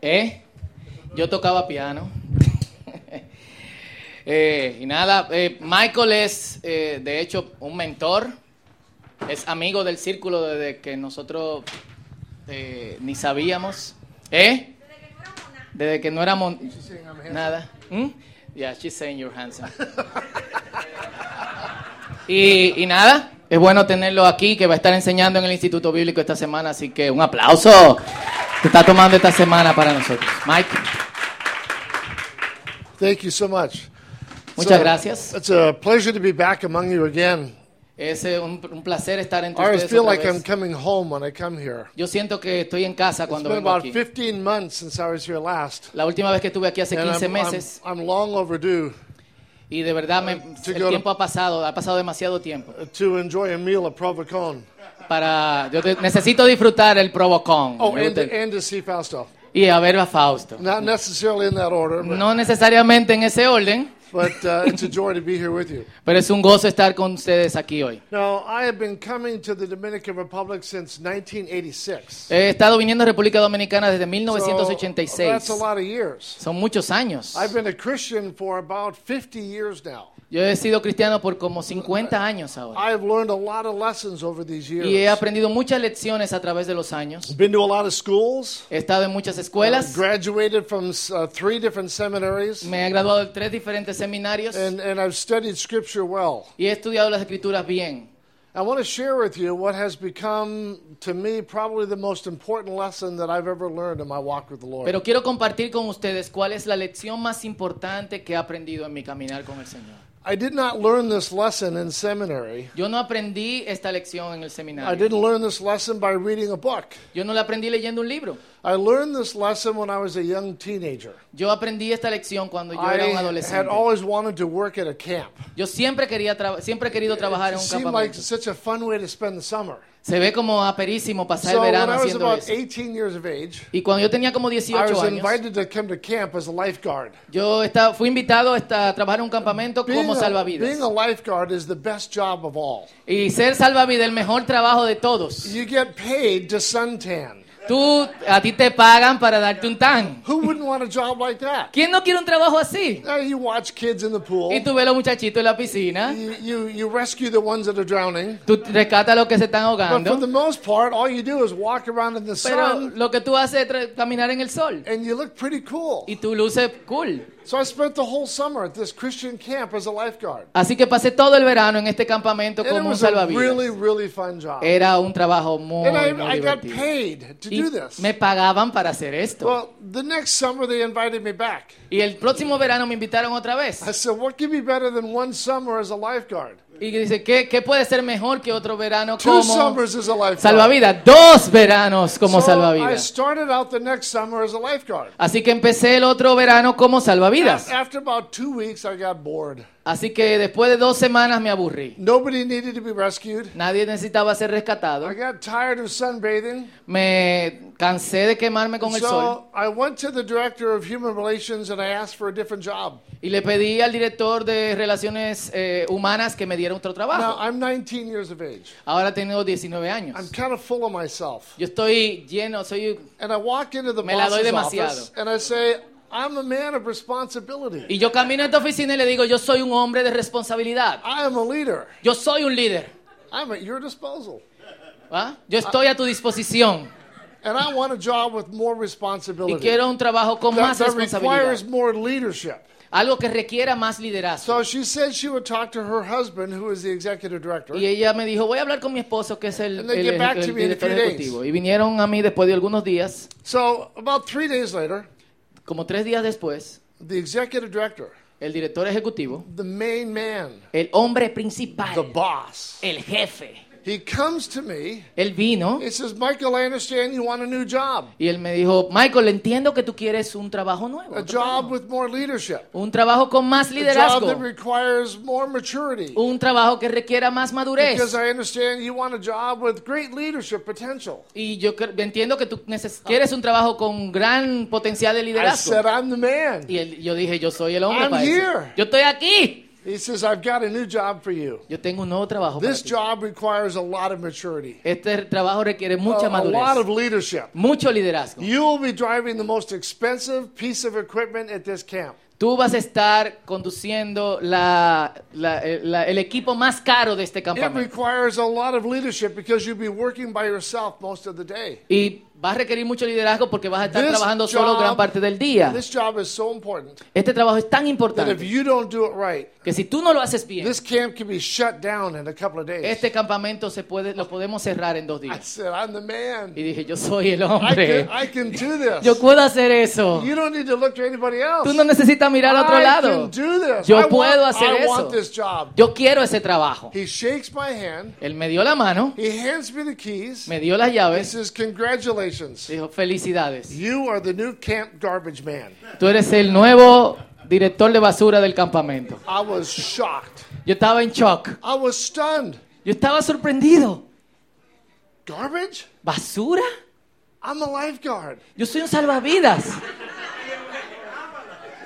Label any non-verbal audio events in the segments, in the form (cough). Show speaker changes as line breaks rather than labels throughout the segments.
¿Eh? Yo tocaba piano. (laughs) Eh, y nada, eh, Michael es eh, de hecho un mentor, es amigo del círculo desde que nosotros eh, ni sabíamos. ¿Eh? Desde que no éramos nada. ¿Mm? Yeah, she's saying you're handsome. y, y nada, es bueno tenerlo aquí, que va a estar enseñando en el Instituto Bíblico esta semana, así que un aplauso que está tomando esta semana para nosotros. Mike,
Thank you so much.
muchas gracias.
It's a pleasure to be back among you again.
Es eh, un, un placer estar entre
I always
ustedes
feel
otra
like I'm
vez.
coming home when I come here.
Yo siento que estoy en casa
It's
cuando
been
vengo
about
aquí.
15 months since I was here last.
La última vez que estuve aquí hace
And
15
I'm, I'm-
meses
I'm long overdue
y de verdad me-
to go
el
to-
tiempo ha pasado, ha pasado demasiado tiempo.
uh, to enjoy a meal at Provocon.
Para, yo te- necesito disfrutar el provocón
Oh,
me
and,
gusta-
and to see Fausto.
y a ver a Fausto.
Not necessarily in that order, but,
No necesariamente en ese orden,
but uh, it's a joy to be
(laughs)
here with you.
pero es un gozo estar con ustedes aquí hoy.
Now, I have been coming to the Dominican Republic since 1986.
He estado viniendo a República Dominicana desde
So,
1986.
that's a lot of years.
Son muchos años.
I've been a Christian for about 50 years now.
Yo he sido cristiano por como 50 años ahora.
I've learned a lot of lessons over these years.
Y he aprendido muchas lecciones a través de los años.
Been to a lot of schools.
He estado en muchas escuelas.
Graduated from uh, three different seminaries.
Me he graduado de tres diferentes seminarios
And, and I've studied Scripture well.
y he estudiado las escrituras bien.
I want to share with you what has become, to me, probably the most important lesson that I've ever learned in my walk with the Lord.
Pero quiero compartir con ustedes cuál es la lección más importante que he aprendido en mi caminar con el Señor.
I did not learn this lesson in seminary.
Yo no aprendí esta lección en el
I
seminario.
didn't learn this lesson by reading a book.
Yo no la aprendí leyendo un libro.
I learned this lesson when I was a young teenager.
Yo aprendí esta lección cuando yo era un
I had
adolescente.
always wanted to work at a camp.
Yo siempre quería traba- siempre he querido trabajar
It
en un
seemed like
campamento.
such a fun way to spend the summer.
Se ve como aperísimo pasar
So
el
when
verano
I was
haciendo
about
eso.
18 years of age,
Y cuando yo tenía como
I
18
was
años,
invited to come to camp as a lifeguard.
yo estaba, fui invitado a, esta- a trabajar en un campamento como
a, being a
salvavidas.
lifeguard is the best job of all.
Y ser salvavidas el mejor trabajo de todos.
You get paid to suntan.
Tú, a ti te pagan para darte un tan.
Who wouldn't want a job like that?
¿Quién no quiere un trabajo así?
Now you watch kids in the pool.
Y tú ves a los muchachitos en la piscina,
You, you, you rescue the ones that are drowning.
tú rescatas a los que se están
But for
ahogando,
the most part, all you do is walk around in the
pero
sun
lo que tú haces es tra- caminar en el sol
and you look pretty cool.
y tú luces cool.
So I spent the whole summer at this Christian camp as a lifeguard.
Así que pasé todo el verano en este campamento
And it
como un
was a really,
salvavidas.
really fun job.
Era un trabajo muy,
And I,
muy
I got
divertido.
paid to
Y
do this.
me pagaban para hacer esto.
Well, the next summer they invited me back.
Y el próximo verano me invitaron otra vez.
I said, what could be better than one summer as a lifeguard?
Y dice, ¿qué, qué puede ser mejor que otro verano
Two
como
summers as a lifeguard.
salvavidas? Dos veranos como
So I
salvavidas.
started out the next summer as a lifeguard.
Así que empecé el otro verano como salvavidas.
After about two weeks, I got bored.
Así que después de dos semanas me aburrí.
Nobody needed to be rescued.
Nadie necesitaba ser rescatado.
I got tired of sunbathing.
Me cansé de quemarme con el sol
So I went to the director of human relations and I asked for a different job.
y le pedí al director de relaciones eh, humanas que me diera otro
Now,
trabajo.
I'm 19 years of age.
Ahora tengo 19
I'm
años.
kind of full of myself.
Yo estoy lleno, soy
And I walk into the
Me la doy
boss's
demasiado.
office and I say, I'm a man of responsibility.
y yo camino a esta oficina y le digo, yo soy un hombre de responsabilidad.
I am a leader.
Yo soy un líder.
I'm at your disposal.
¿va? Yo estoy a tu disposición
And I want a job with more
y
responsibility.
quiero un trabajo con
that,
más
that requires
responsabilidad,
more leadership.
algo que requiera más liderazgo.
So she said she would talk to her husband, who is the executive director.
Y ella me dijo, voy a hablar con mi esposo, que es el,
And they
el-
get back
el
to me in a
director
few days.
ejecutivo. Y vinieron a mí después de algunos días,
So about three days later,
como tres días después,
the executive director,
el director ejecutivo,
the main man,
el hombre
the
principal,
boss,
el jefe,
he comes to me.
él vino
He says, Michael, I understand you want a new job,
y él me dijo, Michael, entiendo que tú quieres un trabajo nuevo.
a
otro
job
trabajo.
with more leadership,
Un trabajo con más
a job
liderazgo,
that requires more maturity.
un trabajo que requiera más
Because
madurez.
I understand you want a job with great leadership potential.
Y yo cre- entiendo que tú neces- quieres un trabajo con gran potencial de
I
liderazgo.
said, I'm the man.
Y él- yo dije, yo soy el hombre
I'm
para eso.
here.
Yo estoy aquí.
He says, I've got a new job for you.
Yo tengo un nuevo trabajo. Para
This
ti.
job requires a lot of maturity,
Este trabajo requiere
a,
mucha
a lot of
madurez,
leadership.
mucho liderazgo.
You will be driving the most expensive piece of equipment at this camp.
Tú vas a estar conduciendo la- la- eh, la- el equipo más caro de este
It
campamento.
requires a lot of leadership because you'll be working by yourself most of the day.
Y va a requerir mucho liderazgo porque vas a estar
This
trabajando solo
job-
gran parte del día.
This job is so important
Este trabajo es tan
that if
importante
you don't do it right,
que si tú no lo haces bien,
this camp can be shut down in a couple of days.
este campamento se puede, lo podemos cerrar en dos
I
días.
said, I'm the
Y
man.
dije, yo soy el
I can,
hombre.
I can do this.
Yo puedo hacer eso.
You don't need to look to anybody else.
Tú no necesitas mirar a otro
I can
lado.
do this.
Yo
I
puedo
want,
hacer
I
eso.
want this job.
Yo quiero ese trabajo.
He shakes my hand.
Él me dio la mano,
He hands me the keys.
me dio las
He
llaves,
says, Congratulations.
dijo, felicidades.
You are the new camp garbage man.
Tú eres el nuevo director de basura del campamento.
I was shocked.
Yo estaba en shock.
I was stunned.
Yo estaba sorprendido.
Garbage?
¿Basura?
I'm a lifeguard.
Yo soy un salvavidas.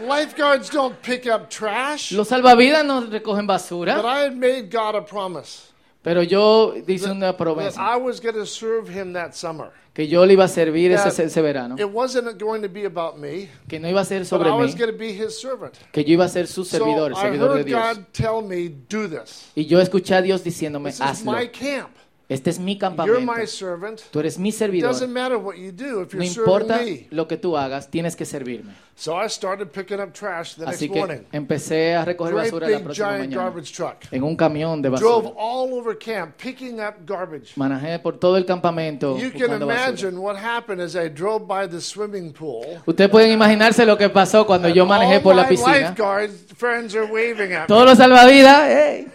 Lifeguards don't pick up trash.
Los salvavidas no recogen
But
basura.
I had made God a promise
Pero yo hice una
that
promesa
I was going to serve him that summer.
que yo le iba a servir ese,
That-
ese verano.
It wasn't going to be about me,
Que no iba a ser
but
sobre
I
mí.
was going to be his servant.
Que yo iba a ser su servidor, el
so I
servidor de
heard
Dios.
God tell me, do this.
Y yo escuché a Dios diciéndome,
This is
hazlo.
my camp.
Este es mi
You're my
campamento.
servant.
Tú eres mi
It
servidor.
doesn't matter what you do if you're
No importa
serving me.
lo que tú hagas, tienes que servirme.
So I started picking up trash the
Así
next
que
morning.
empecé a recoger
Great
basura la
big
próxima
giant
mañana.
garbage truck.
En un camión de
Drove
basura.
all over camp picking up garbage.
Manejé por todo el campamento
You can
buscando basura.
imagine what happened as I drove by the swimming pool.
Ustedes pueden imaginarse lo que pasó cuando yo manejé
All
por la
my
piscina.
lifeguard friends are waving at me.
Todos los salvavidas, ey.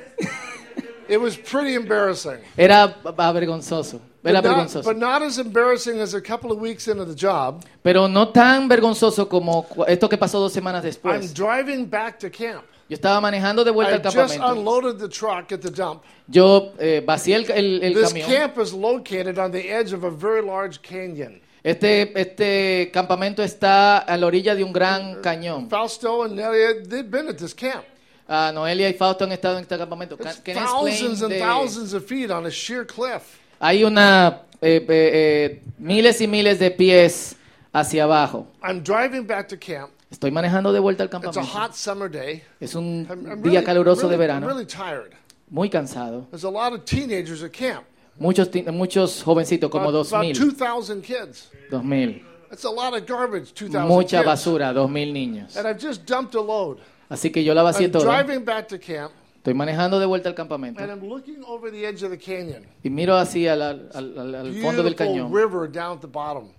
It was pretty embarrassing.
Era b- b- vergonzoso, era
But not,
vergonzoso.
but not as embarrassing as a couple of weeks into the job.
Pero no tan vergonzoso como cu- esto que pasó dos semanas
I'm
después.
driving back to camp.
Yo estaba manejando de vuelta
I
al
just
campamento.
unloaded the truck at the dump.
Yo eh, vacié el, el- el
This
camión.
camp is located on the edge of a very large canyon.
Este, este campamento está a la orilla de un gran cañón.
Fausto and Nelia, they've been at this camp.
Ah, Noelia y Fausto han estado en este campamento. Can- can you explain
Thousands and
the-
thousands of feet on a sheer cliff.
Hay una eh, eh, eh, miles y miles de pies hacia abajo.
I'm driving back to camp.
Estoy manejando de vuelta al
It's a
campamento.
hot summer day.
Es un
I'm, I'm
día
really,
caluroso
really-
de verano,
I'm really tired.
muy cansado.
There's a lot of teenagers at camp.
Muchos, ti- muchos jovencitos, como
about,
2000,
about 2,000 kids.
2000,
That's a lot of garbage, 2,000
mucha
kids.
basura, 2000 niños.
And I've just dumped a load.
Así que yo la vacié
I'm
toda.
driving back to camp,
Estoy manejando de vuelta al campamento
and I'm looking over the edge of the canyon.
y miro así al, al- al- al- al fondo del
Beautiful
cañón,
river down at the bottom.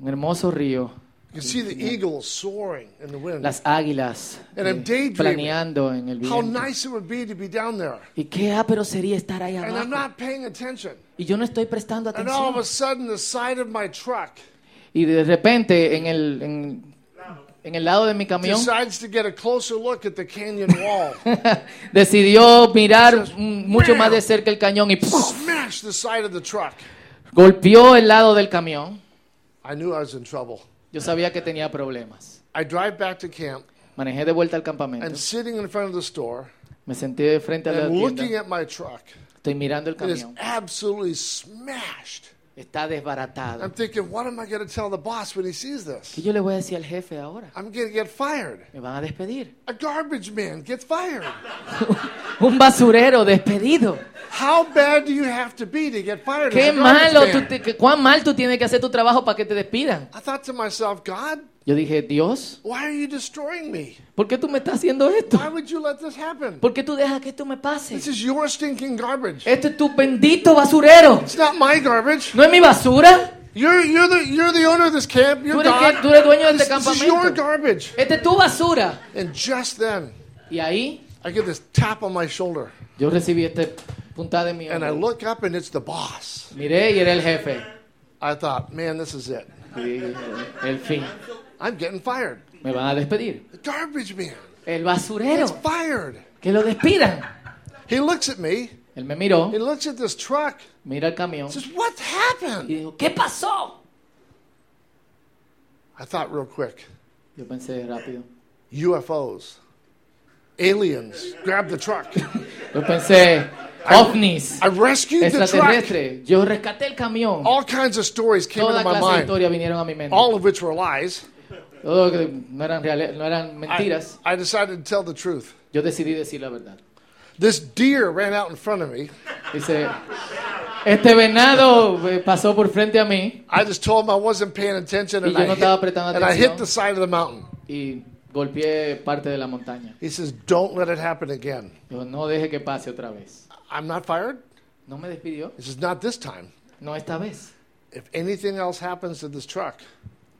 un hermoso río,
You can see the eagles soaring in the wind.
las águilas
And I'm
eh,
daydreaming.
planeando en el
How
viento.
nice it would be to be down there.
Y qué ápero sería estar ahí
And I'm
abajo.
not paying attention.
Y yo no estoy prestando
And all of
atención.
a sudden, the side of my truck
Y de repente en el, en- en el lado de mi camión
decides to get a closer look at the canyon
(laughs)
wall.
decidió mirar mm, mucho más de cerca el cañón y ¡puf!
Smash the side of the truck.
golpeó el lado del camión.
I knew I was in trouble.
Yo sabía que tenía problemas.
I drive back to camp
Manejé de vuelta al campamento.
and sitting in front of the store
Me senté de frente a la
and looking
tienda.
at my truck.
Estoy mirando el
It is
camión.
absolutely smashed.
Está
I'm
desbaratado.
thinking, what am I going to tell the boss when he sees this?
¿Qué yo le voy a decir al jefe ahora?
I'm going to get fired.
Me van a despedir. (laughs)
A garbage man gets fired.
Un basurero despedido.
How bad do you have to be to get fired? as
Qué
a garbage
malo,
man?
tú te- que- cuán mal tú tienes que hacer tu trabajo para que te despidan.
I thought to myself, God,
Yo dije, Dios,
why are you destroying me?
¿por qué tú me estás haciendo esto?
Why would you let this happen?
¿Por qué tú dejas que esto me
This
pase?
is your stinking garbage.
Este es tu bendito basurero.
It's not my garbage.
¿No es mi basura?
You're you're the you're the owner of this camp.
Tú
You're
eres, que-
God.
tú eres dueño de este
This, this is your
campamento.
garbage.
Esta es tu basura.
And just then,
Y ahí
I get this tap on my shoulder,
yo recibí este puntada de mi
and I
hombro.
look up, and it's the boss.
Miré y era el jefe.
I thought, man, this is it.
Y dije, el fin.
I'm getting fired.
Me van a despedir.
The garbage man
El
gets
basurero.
fired.
Que lo despidan.
He looks at me.
Él me miró,
He looks at this truck.
mira el camión
Says, what
y
happened?
dijo, ¿qué pasó?
I thought real quick.
Yo pensé rápido.
UFOs. aliens grabbed the truck.
Yo pensé, ovnis,
I rescued the truck.
extraterrestre. Yo rescaté el camión.
All kinds of stories came
Toda
into my
clase de
mind,
historias vinieron a mi mente.
all of which were lies.
Todo que no eran, reales- no eran
I,
mentiras.
I decided to tell the truth.
Yo decidí decir la verdad.
This deer ran out in front of me.
Dice, este venado eh, pasó por frente a mí
I just told him I wasn't paying attention, and,
yo
I,
no
hit,
estaba prestando
and I hit
atención.
the side of the mountain.
y golpeé parte de la montaña.
He says, "Don't let it happen again."
Yo, no deje que pase otra vez.
I'm not fired.
No me despidió,
He says, "Not this time.
no esta vez.
If anything else happens to this truck,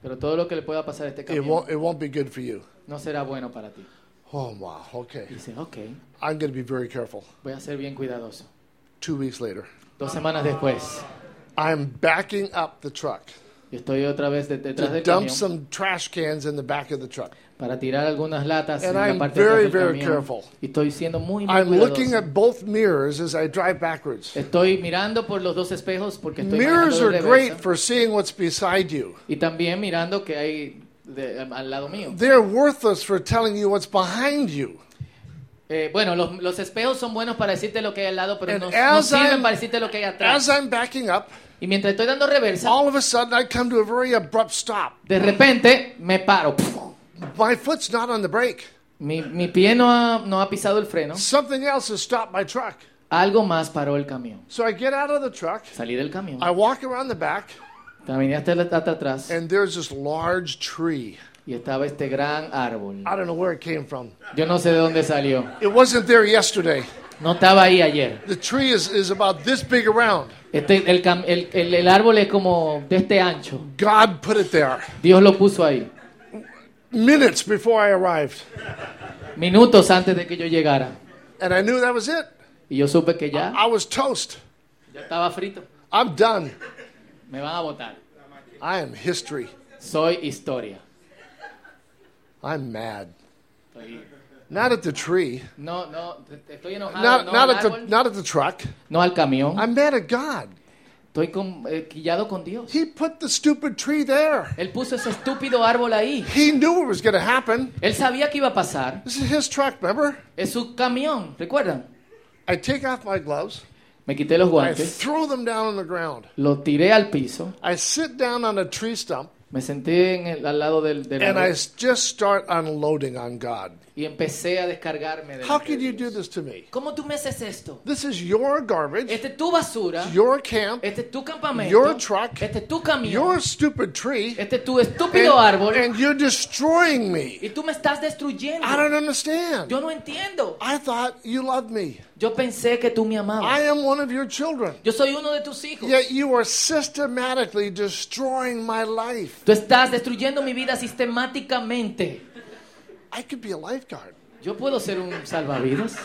Pero todo lo que le pueda pasar a este
it
camión
won't. It won't be good for you."
no será bueno para ti.
Oh wow. Okay.
Y dice, ok,
I'm going to be very careful.
voy a ser bien cuidadoso.
Two weeks later,
Dos semanas después,
I'm backing up the truck
yo estoy otra vez de- detrás
to
del
dump
camión
some trash cans in the back of the truck.
para tirar algunas latas
And
en la
I'm
parte de atrás
very,
del
very
camión.
careful.
Y estoy siendo muy, muy
I'm looking
cuidadoso.
at both mirrors as I drive backwards.
Estoy mirando por los dos espejos porque estoy
Mirrors
manejando
are
de
great
reversa.
for seeing what's beside you.
y también mirando que hay de- al lado mío.
They're worthless for telling you what's behind you.
Eh, bueno, los, los espejos son buenos para decirte lo que hay al lado, pero
And
no, no
as
sirven
I'm-
para decirte lo que hay atrás.
As I'm backing up,
y mientras estoy dando reversa,
all of a sudden I come to a very abrupt stop.
de repente me paro.
My foot's not on the brake.
Mi, mi pie no ha, no ha pisado el freno.
Something else has stopped my truck.
Algo más paró el camión.
So I get out of the truck.
Salí del camión.
I walk around the back,
Caminé hasta, la- hasta atrás
and there's this large tree.
y estaba este gran árbol.
I don't know where it came from.
Yo no sé de dónde salió.
It wasn't there yesterday.
No estaba ahí ayer.
The tree is, is about this big around.
Este, el, cam- el- el- el árbol es como de este ancho.
God put it there
Dios lo puso ahí.
minutes before I arrived.
Minutos antes de que yo llegara.
And I knew that was it.
Y yo supe que ya,
I was toast.
ya estaba frito.
I'm done.
Me van a votar.
I am history.
Soy historia.
I'm mad.
Estoy-
Not at the tree.
No, no, te- estoy enojado.
Not,
no, al
not, at the,
árbol,
not at the truck.
no al camión.
I'm mad at God.
Estoy con- eh, quillado con Dios.
He put the stupid tree there.
Él puso ese estúpido árbol ahí.
He knew it was going to happen.
Él sabía que iba a pasar.
This is his truck, remember?
Es su camión, ¿recuerdan?
I take off my gloves.
Me quité los
I
guantes,
throw them down on the ground.
lo tiré al piso,
I sit down on a tree stump
me senté en el- al lado del, del
and I
árbol
s- just start unloading on God.
y empecé a descargarme. De
How could you do this to me?
¿Cómo tú me haces esto?
This is your garbage,
Este es tu basura,
your camp,
este es tu campamento,
your truck,
este es tu camión,
your stupid tree,
este es tu estúpido
and,
árbol
and you're destroying me.
y tú me estás destruyendo.
I don't understand.
Yo no entiendo.
I thought you loved me.
Yo pensé que tú me amabas.
I am one of your children.
Yo soy uno de tus hijos.
Yet you are systematically destroying my life.
Tú estás destruyendo mi vida sistemáticamente.
I could be a lifeguard.
Yo puedo ser un salvavidas,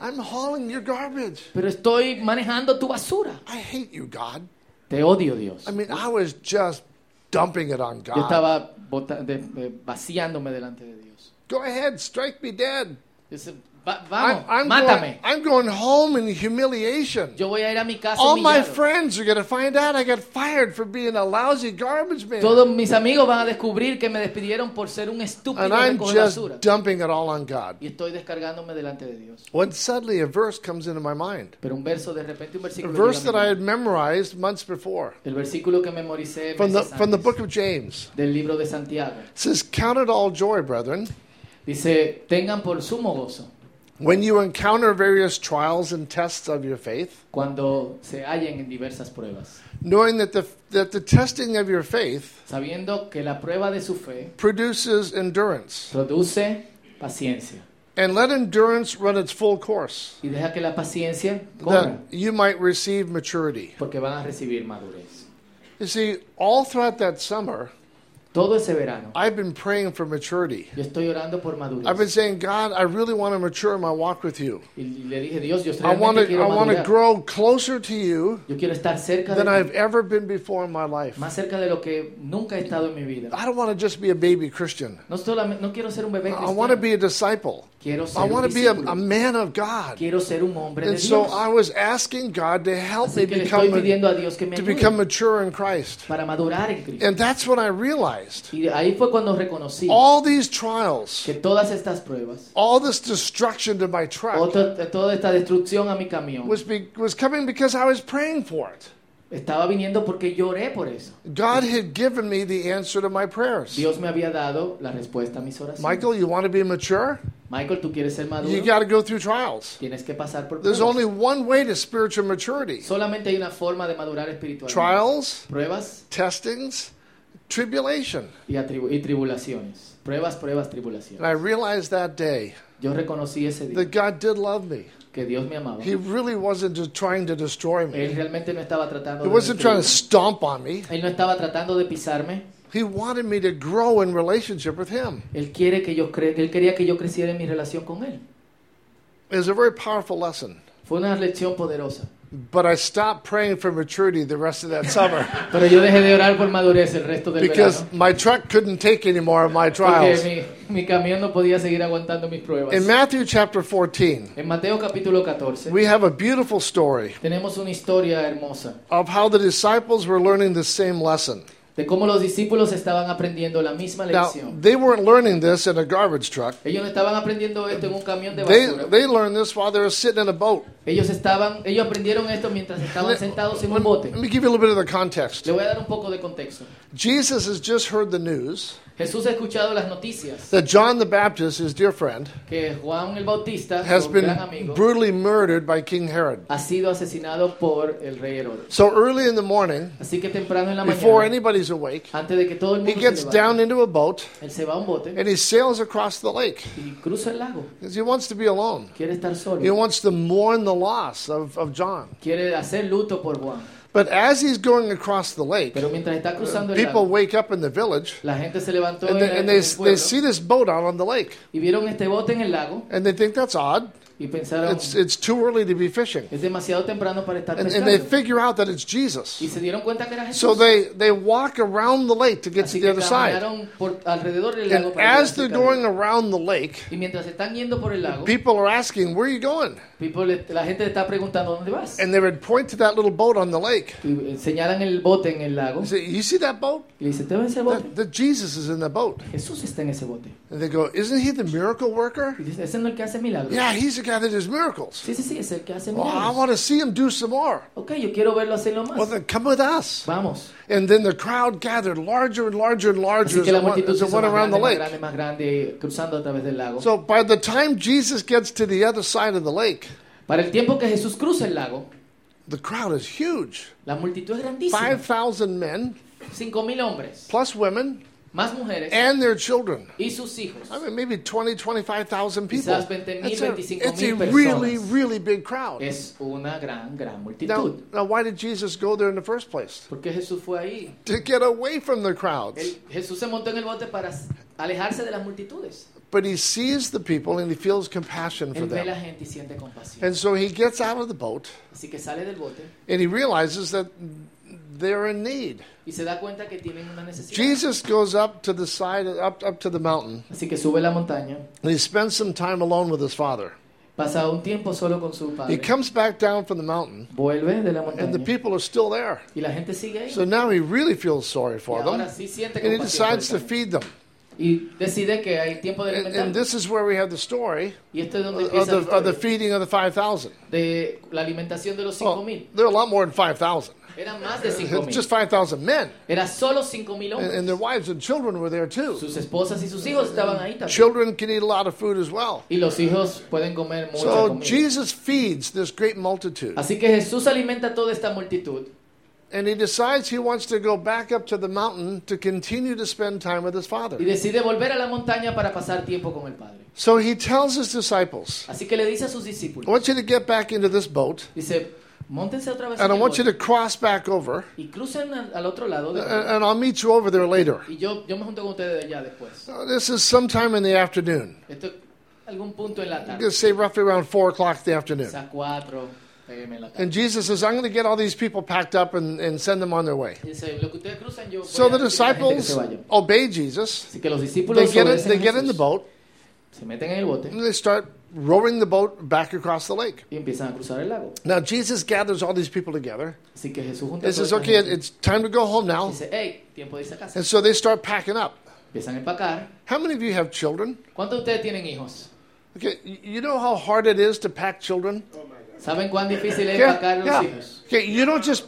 I'm hauling your garbage.
pero estoy manejando tu basura.
I hate you, God.
Te odio, Dios.
I mean, I was just dumping it on
Yo
God.
estaba bota- de- de- vaciándome delante de Dios.
Go ahead, strike me dead.
Dice, "Va-
I'm,
vamos,
I'm, going,
mátame.
I'm going home in humiliation.
Yo voy a ir a mi casa
All my
humillado.
friends are going to find out I got fired for being a lousy garbage man.
Todos mis amigos van a descubrir que me despidieron por ser un estúpido
And
de
I'm
recoger basura.
just dumping it all on God.
Y estoy descargándome delante de Dios.
When suddenly a verse comes into my mind,
Pero un verso, de repente un
a
versículo.
verse
llega a
that
mi
I
mente.
had memorized months before
El versículo que memoricé
from the,
meses
from the
antes,
book of James.
del libro de Santiago.
It says, Count it all joy, brethren,
Dice, tengan por sumo gozo
when you encounter various trials and tests of your faith.
cuando se hallen en diversas pruebas,
knowing that the, that the testing of your faith
sabiendo que la prueba de su fe
produces endurance.
produce paciencia
And let endurance run its full course,
y deja que la paciencia
that
corra,
you might receive maturity.
porque van a recibir madurez.
You see, all throughout that summer,
Todo ese verano,
I've been praying for maturity.
yo estoy orando por
I've been
madurez
saying, God, I really want to mature in my walk with you.
y le dije, Dios, yo
I want
realmente
to,
quiero
I want to
madurar.
grow closer to you
Yo quiero estar cerca
than
de
I've
ti,
ever been before in my life.
más cerca de lo que nunca he estado en mi vida.
I don't want to just be a baby Christian.
No solamente, no quiero ser un bebé
I want to
cristiano,
be a disciple.
quiero
I
ser un
want to be a,
discípulo.
a man of God.
Quiero ser un hombre de
And so
Dios.
I was asking God to help me
Así que le estoy
become a,
pidiendo a Dios que me
to become
ayude
mature in Christ.
para madurar en Cristo.
And that's when I realized
Y ahí fue cuando reconocí
all these trials,
que todas estas pruebas,
all this destruction to my truck
otra- toda esta destrucción a mi camión,
was, be, was coming because I was praying for it.
estaba viniendo porque lloré por eso.
God had given me the answer to my prayers.
Dios me había dado la respuesta a mis oraciones.
Michael, you want to be mature?
Michael, tú quieres ser maduro,
You got to go through trials.
tienes que pasar por
There's
pruebas.
only one way to spiritual maturity
Solamente hay una forma de madurar espiritualmente.
trials,
Pruebas
testings, tribulation.
y, atribu- y tribulaciones. Pruebas, pruebas,
And I
tribulaciones.
realized that day
Yo reconocí ese día
that God did love me.
que Dios me amaba.
He really wasn't just trying to destroy me,
Él realmente no estaba tratando de
He wasn't trying
destruirme.
to stomp on me.
Él no estaba tratando de pisarme.
He wanted me to grow in relationship with Him.
Él quiere que yo cre- él quería que yo creciera en mi relación con él.
It was a very powerful lesson.
Fue una lección poderosa.
But I stopped praying for maturity the rest of that summer
Pero yo dejé de orar por madurez el resto del
because
verano.
my truck couldn't take any more of my trials.
Porque mi, mi camión no podía seguir aguantando mis pruebas.
In Matthew chapter 14,
En Mateo capítulo 14
we have a beautiful story
tenemos una historia hermosa
of how the disciples were learning the same lesson.
de cómo los discípulos estaban aprendiendo la misma
Now,
lección.
they weren't learning this in a garbage truck.
Ellos no estaban aprendiendo esto en un camión de
They,
basura.
they learned this while they were sitting in a boat.
Ellos estaban, ellos aprendieron esto mientras estaban
Let-
sentados en
let-
un bote.
Let me give you a little bit of the context.
Le voy a dar un poco de contexto.
Jesus has just heard the news
Jesús ha escuchado las noticias
that John the Baptist, his dear friend,
que Juan el Bautista,
has
su gran
been
amigo,
brutally murdered by King Herod.
ha sido asesinado por el rey Herodes.
So early in the morning,
Así que temprano en la
before
mañana,
anybody's awake,
antes de que todo el
he
mundo se
gets
levante,
down into a boat
él se va a un bote
and he sails across the lake
y cruza el lago.
because he wants to be alone.
Quiere estar
He
solo.
wants to mourn the loss of, of John.
Quiere hacer luto por Juan.
But as he's going across the lake,
Pero mientras está cruzando el
people
lago,
wake up in the village
la gente se levantó
and
en
they,
el-
and
en
they,
el
they
pueblo
see this boat out on the lake
y vieron este bote en el lago
and they think that's odd.
y pensaron,
It's, it's too early to be fishing.
es demasiado temprano para estar
And, and they
pescando.
figure out that it's
Y
Jesus.
se dieron cuenta que era Jesús.
So they, they walk around the lake to get to
Así
the
que
other side.
caminaron por alrededor del lago.
And
para
as they're
llegar
going
cerca de-
around the lake,
Y mientras están yendo por el lago,
people are asking, Where are you going?
people le- la gente le está preguntando dónde vas.
And they would point to that little boat on the lake.
Y eh, señalan el bote en el lago
They say, You see that boat?
y le dicen, ¿te ves ese bote?
That, that Jesus is in the boat.
Jesús está en ese bote.
And they go, Isn't he the miracle worker?
Y dice, ese no es el que hace milagros.
Yeah, he's the guy that does miracles.
Sí, sí, sí, es el que hace
Well, I
milagros.
want to see him do some more.
Ok, yo quiero verlo hacerlo más.
Well, then come with us.
Vamos.
And then the crowd gathered larger and larger and larger
Así
as
que la
it went,
multitud
as
se
it
hizo
went
más
around the
grande, más
lake.
grande, más grande, cruzando a través del lago.
So by the time Jesus gets to the other side of the lake,
Para el tiempo que Jesús cruza el lago,
the crowd is huge.
la multitud es grandísima.
5,000 men,
Cinco mil hombres,
plus women,
más mujeres
and their children.
y sus hijos.
Eh. I mean, maybe 20, 25,000 people.
Quizás 20,000,
It's a,
25,000
it's a
personas.
really, really big crowd.
Es una gran, gran
Now,
multitud.
now, why did Jesus go there in the first place?
Porque Jesús fue ahí.
To get away from the crowds.
Él- Jesús se montó en el bote para s- alejarse de las multitudes.
But he sees the people and he feels compassion for
Él ve
them.
la gente y siente compasión.
And so he gets out of the boat
Así que sale del bote
and he realizes that they're in need.
y se da cuenta que tienen una necesidad.
Jesus goes up to the side, up, up to the mountain,
Así que sube la montaña,
and he spends some time alone with his father.
pasa un tiempo solo con su
He
padre,
comes back down from the mountain,
vuelve de la
and the
montaña
people are still there.
y la gente sigue ahí.
So now he really feels sorry
Y
for
ahora
them,
sí siente
and he
compasión. por el
decides to
pueblo.
feed them.
Y decide que hay tiempo de
And, and
alimentar.
this is where we have the story
Y esto es donde
of
empieza la
the, of the
historia
feeding of the 5,000.
de la alimentación de los
Well,
5.000.
there are a lot more than 5,000.
Eran más de
Oh. (laughs) It's
5.000.
just 5,000 men,
Era solo 5.000
and,
hombres.
and their wives and children were there too.
Sus esposas y sus hijos estaban ahí también.
Children can eat a lot of food as well.
Y los hijos pueden comer mucha
So
comida.
Jesus feeds this great multitude.
Así que Jesús alimenta a toda esta multitud.
And he decides he wants to go back up to the mountain to continue to spend time with his
Y
father.
decide volver a la montaña para pasar tiempo con el Padre.
So he tells his disciples,
Así que le dice a sus
I
discípulos.
want you to get back into this boat,
Dice, montense otra vez en
and I
el
want you
bote
to cross back over,
y crucen al, al otro lado. del
and,
río".
and I'll meet you over there later.
y yo, yo me junto con ustedes allá después.
Now, this is sometime in the afternoon.
Esto es algún punto en la
I'm
tarde.
going to say roughly around 4 o'clock in the afternoon.
Quizás 4 pm en la tarde.
And Jesus says, I'm going to get all these people packed up and, and send them on their way.
Y dice, lo que ustedes cruzan yo voy
So
a
the
decir a la gente que se
disciples
vaya.
obey Jesus.
Así que los
They
discípulos
get in,
obedecen a
they get in the
Jesús.
boat,
se meten en el bote
and they start rowing the boat back across the lake.
y empiezan a cruzar el lago.
Now, Jesus gathers all these people together
Así que Jesús junta a
and says,
toda esta
okay,
gente
it's time to go home
y
now.
dice, hey, tiempo de irse a casa.
And so they start packing up.
Empiezan a empacar.
How many of you have children?
¿Cuántos de ustedes tienen hijos?
Okay, y- you know how hard it is to pack children?
¿Saben cuán difícil es empacar los
Yeah, yeah.
hijos?
Okay, you don't just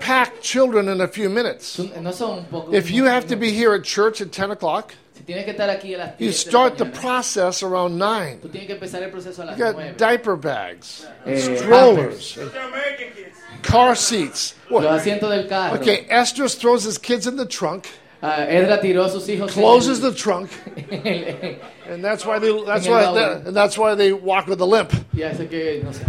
pack children in a few minutes.
Tú- No son un poco...
If you have to be here at church at 10 o'clock,
Si tienes que estar aquí a las 10
you
de la
start the
mañana,
process around 9.
tú tienes que empezar el proceso a las
You got
9.
diaper bags,
Eh,
strollers,
American kids.
car seats.
Los
What-
asientos del carro.
Okay, Esdras throws his kids in the trunk,
Ah, Edra tiró a sus hijos en
closes
el-
the trunk,
en el- (laughs)
and that's why they that's
And
why
then
they, and that's why they walk with a limp.
Ya sé que, no sé.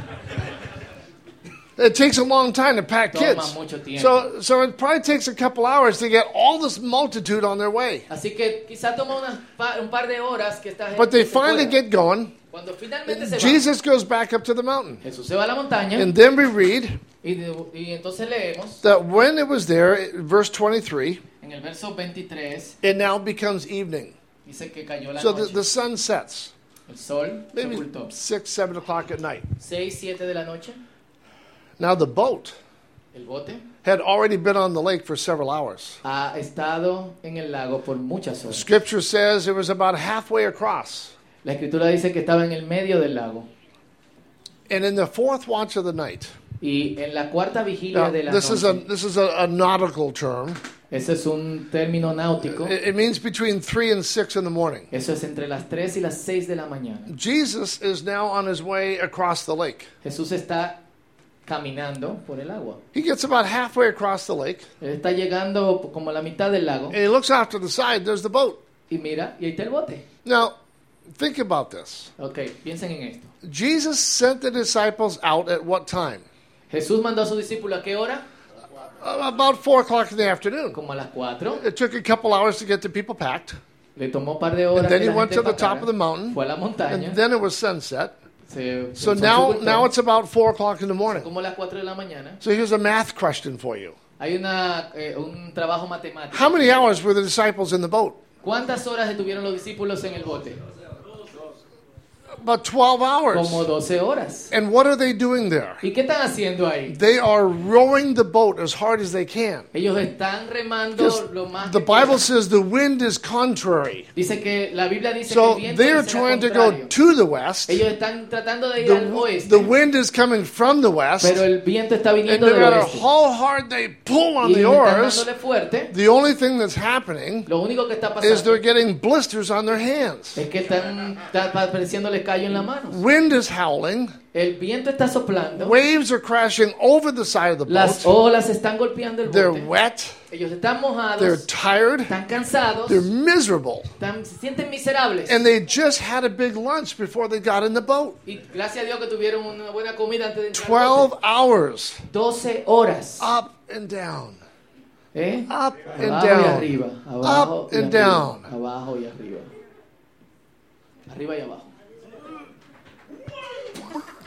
It takes a long time to pack
Toma
kids.
mucho tiempo.
So so it probably takes a couple hours to get all this multitude on their way.
Así que quizá toma unas pa- un par de horas que esta gente
But they
se
finally
fuera.
get going.
Cuando finalmente se va,
Jesus goes back up to the mountain.
Jesús se va a la montaña
And then we read
y, de- y entonces leemos
that when it was there, verse 23,
en el verso 23,
it now becomes evening.
dice que cayó la
So the,
noche,
the sun sets,
el sol se
maybe
ocultó.
6, 7 o'clock at night.
6, 7 de la noche,
Now the boat
el bote
had already been on the lake for several hours.
ha estado en el lago por muchas horas.
Scripture says it was about halfway across.
La escritura dice que estaba en el medio del lago.
And in the fourth watch of the night,
Y en la cuarta vigilia
now,
de la
Ah, this is a
noche,
this is a, a nautical term.
ese es un término náutico,
It, it means between three and six in the morning.
eso es entre las 3 y las 6 de la mañana.
Jesus is now on his way across the lake.
Jesús está caminando por el agua.
He gets about halfway across the lake,
Él está llegando como a la mitad del lago
and he looks off to the side. There's the boat.
y mira, y ahí está el bote.
Now, think about this.
Ok, piensen en esto.
Jesus sent the disciples out at what time?
Jesús mandó a sus discípulos a qué hora?
Uh, About four o'clock in the afternoon.
Como a las 4.
It took a couple hours to get the people packed,
Le tomó un par de
and
horas.
then
que
he
la
went to
gente
the top of the
empacara.
mountain,
Fue a la montaña.
and then it was sunset.
se-
So
se
now,
ocultó,
now it's about four o'clock in the morning.
como a las 4 de la mañana.
So here's a math question for you:
Hay una, eh, un trabajo matemático.
How many hours were the disciples in the boat?
¿Cuántas horas estuvieron los discípulos en el bote?
About 12
Como
hours.
12 horas.
And what are they doing there?
¿Y qué están haciendo ahí?
They are rowing the boat as hard as they can.
Ellos están remando
Because
lo más
the
que
Bible
puedan.
says the wind is contrary.
Dice que la Biblia dice
So
que el viento
they're
dice lo
trying to
contrario.
go to the west.
Ellos están tratando de ir al
The,
oeste,
the wind is coming from the west.
pero
And
el viento está viniendo
no
del
matter
oeste.
how hard they pull on
Y
the
ellos están
oars,
dándole fuerte.
the only thing that's happening
Lo único que está
is
pasando
they're getting blisters on their hands.
es que están está apareciéndole callo en la mano.
Wind is howling.
El viento está soplando,
Waves are crashing over the side of the
las
boat.
olas están golpeando el
They're
bote.
wet.
Ellos están
They're
mojados,
tired.
están cansados,
They're miserable.
están- se sienten miserables.
And they just had a big lunch before they got in the boat.
Y gracias a Dios que tuvieron una buena comida antes de entrar. al bote.
12 hours
12 horas.
up and down,
¿eh?
up and
Abajo y
down.
arriba. Abajo
Up
y
and
arriba,
down.
Abajo y arriba. Arriba y abajo.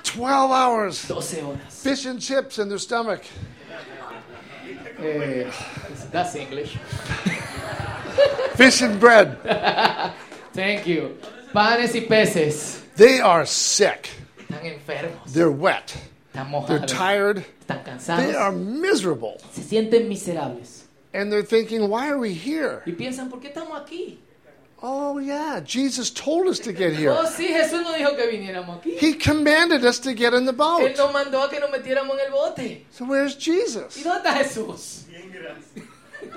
12 hours.
12 horas.
Fish and chips in their stomach.
Eh, that's English.
Fish and bread.
Thank you. Panes y peces.
They are sick.
Están enfermos.
They're wet.
Están
They're
mojados.
tired.
Están
They are
cansados.
miserable.
Se sienten miserables.
And they're thinking, why are we here?
Y piensan, ¿por qué estamos aquí?
Oh, yeah, Jesus told us to get
Oh,
here.
sí, Jesús nos dijo que viniéramos aquí.
He commanded us to get in the
Él
boat.
nos mandó a que nos metiéramos en el bote.
So where's
¿Y
Jesus?
dónde está Jesús?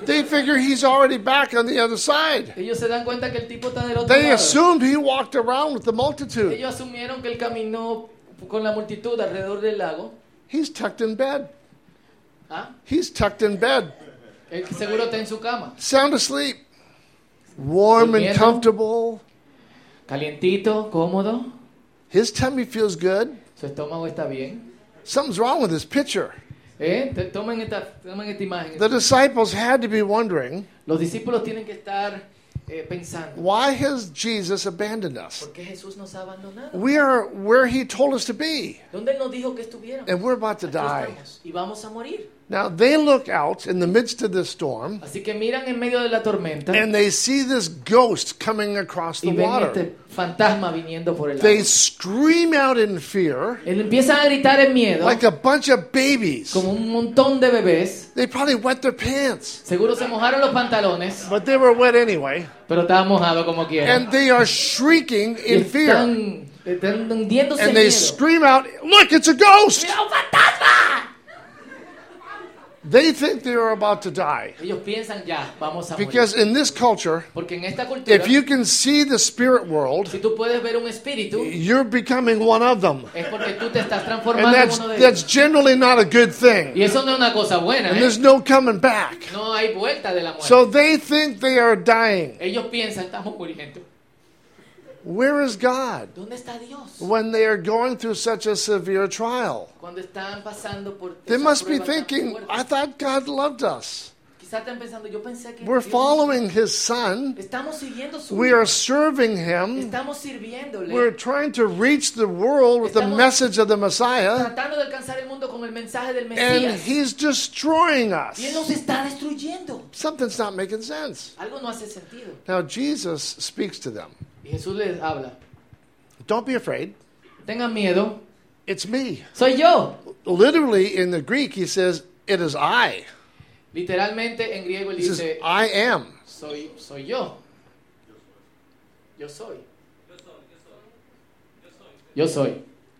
They figure he's already back on the other side.
Ellos se dan cuenta que el tipo está del otro
They
lado.
assumed he walked around with the multitude.
Ellos asumieron que él caminó con la multitud alrededor del lago.
He's tucked in bed.
¿Ah?
He's tucked in bed,
Él seguro está en su cama.
sound asleep, warm and
Durmiendo.
comfortable.
Calientito, cómodo.
His tummy feels good.
Su estómago está bien.
Something's wrong with his picture.
¿Eh? Te- Tomen, esta, tomen esta imagen.
The disciples had to be wondering
Los discípulos tienen que estar eh, pensando,
why has Jesus abandoned us?
¿por qué Jesús nos ha abandonado?
We are where he told us to be,
¿Dónde Él nos dijo que estuviéramos?
Em, and we're about to
Aquí
die.
estamos, Y vamos a morir.
Now they look out in the midst of this storm
Así que miran en medio de la tormenta
and they see this ghost coming across the
y ven
water.
este fantasma viniendo por el agua.
They scream out in fear
Él empieza a gritar en miedo,
like a bunch of babies.
como un montón de bebés.
They probably wet their pants,
Seguro se mojaron los pantalones,
but they were wet anyway.
pero estaba mojado como quiera.
And they are shrieking
Y
in fear.
están, están hundiéndose en
And they
miedo.
scream out, Look, it's a ghost!
¡Mira un fantasma!
They think they are about to die.
Ellos piensan ya, vamos a morir.
Because in this culture,
Porque en esta cultura,
if you can see the spirit world,
si tú puedes ver un espíritu,
you're becoming one of them.
es porque tú te estás
And
transformando en
that's,
uno de ellos.
that's generally not a good thing.
Y eso no es una cosa buena,
And
¿eh?
there's no coming back.
No hay vuelta de la muerte.
So they think they are dying.
Ellos piensan, estamos muriendo.
Where is God
¿Dónde está Dios?
when they are going through such a severe trial?
Cuando están pasando por
They
esa
must be
prueba tan
thinking,
fuerte.
I thought God loved us.
Quizás están pensando, yo pensé que
We're
Dios-
following His Son,
estamos siguiendo su
we are serving Him,
estamos sirviéndole,
we're trying to reach the world with the
Estamos-
message of the Messiah,
tratando de alcanzar el mundo con el mensaje del
and
Mesías.
He's destroying
Y él
us.
nos está destruyendo.
Something's not making sense.
Algo no hace sentido.
Now, Jesus speaks to them
Y Jesús les habla.
Don't be afraid,
Tengan miedo.
it's me.
Soy yo.
Literally, in the Greek, He says, It is I.
Literalmente en griego él
He says,
dice,
I am.
soy, soy yo. Yo soy. Yo soy.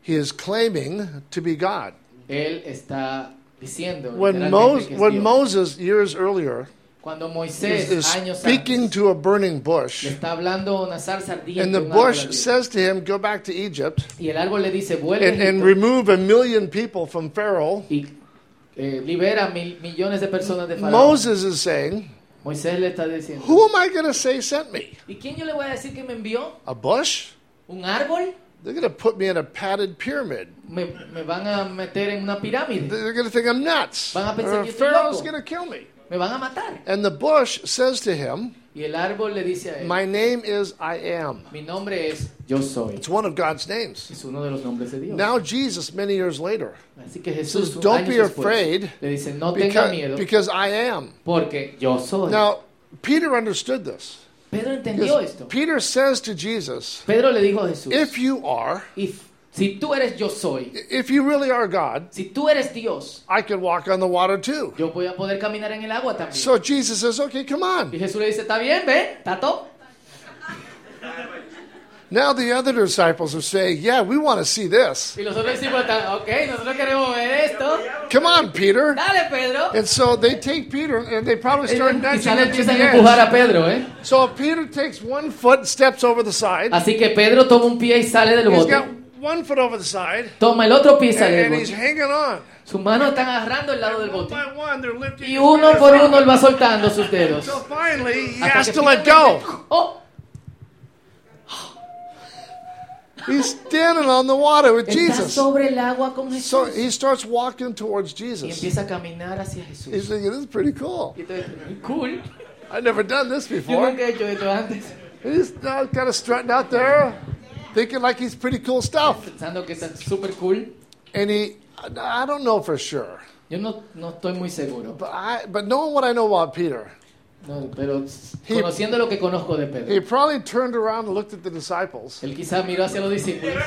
He is claiming to be God.
Él está diciendo
When,
literalmente
Mo-
que es
when
Dios.
Moses, years earlier,
cuando
is,
Moisés
is
años
speaking
antes
to a burning
le
bush,
está hablando a una zarza ardiente
and the
un árbol
bush
ardiente.
says to him, Go back to Egypt
y el árbol le dice vuelve
and, and
Egipto
remove a million people from Pharaoh,
y eh, libera mil- millones de personas de Faraón
Moses is saying,
Moisés le está diciendo
Who am I going to say sent me?
¿y quién yo le voy a decir que me envió?
A bush?
¿un árbol?
They're going to put me in a padded pyramid.
Me, me van a meter en una pirámide
They're going to think I'm nuts.
Van a pensar
Or
que estoy
Pharaoh's
loco.
going to kill me.
me van a matar
And the bush says to him,
y el árbol le dice a él
My name is I am.
mi nombre es yo soy
It's one of God's names.
es uno de los nombres de Dios
Now, Jesus, many years later,
así que Jesús
says,
un
"Don't
año
be
después,
afraid,
le dice no tenga miedo
because, because I am.
porque yo soy
Now, Peter understood this.
Pedro entendió
Because
esto
Peter says to Jesus,
Pedro le dijo a Jesús
If you are,
If- si tú eres yo soy,
if you really are God,
si tú eres Dios,
I could walk on the water too.
yo voy a poder caminar en el agua también.
So Jesus says, Okay, come
y
on.
Jesús le dice, está bien, ven, tato.
Now the other disciples are saying, Yeah, we want to see this.
Y los otros discípulos están, ok, nosotros queremos ver esto.
Come on, Peter.
Dale, Pedro.
And so they take Peter and they probably start
Ellos
nudging
Quizás le
him to the
empiezan a empujar
edge.
a Pedro, ¿eh?
So Peter takes one foot and steps over the side.
Así que Pedro toma un pie y sale del
He's
bote.
got one foot over the side.
Toma el otro pie y
And,
sale
and
del
he's
bote.
hanging on.
Sus manos están agarrando el lado del
One
bote.
by one, they're lifting.
Y
his
uno
fingers
por
up.
uno él va soltando sus dedos.
So finally, he
Hasta
has
que
to let
finalmente-
go.
Oh,
He's standing on the water with
está
Jesus.
sobre el agua con
So
Jesús.
he starts walking towards
Y
Jesus.
empieza a caminar hacia Jesús.
He's thinking, this is pretty cool.
Y entonces, cool.
I've never done this
Yo
before.
nunca he hecho esto antes. (laughs)
He's now kind of strutting out there, thinking like he's pretty cool stuff.
Pensando que está súper cool.
And he, I I don't know for sure,
Yo no, no estoy muy seguro.
but I, but knowing what I know about Peter,
No, pero s-
He-
conociendo lo que conozco de Pedro.
he probably turned around and looked at the disciples.
Él quizás miró hacia los discípulos.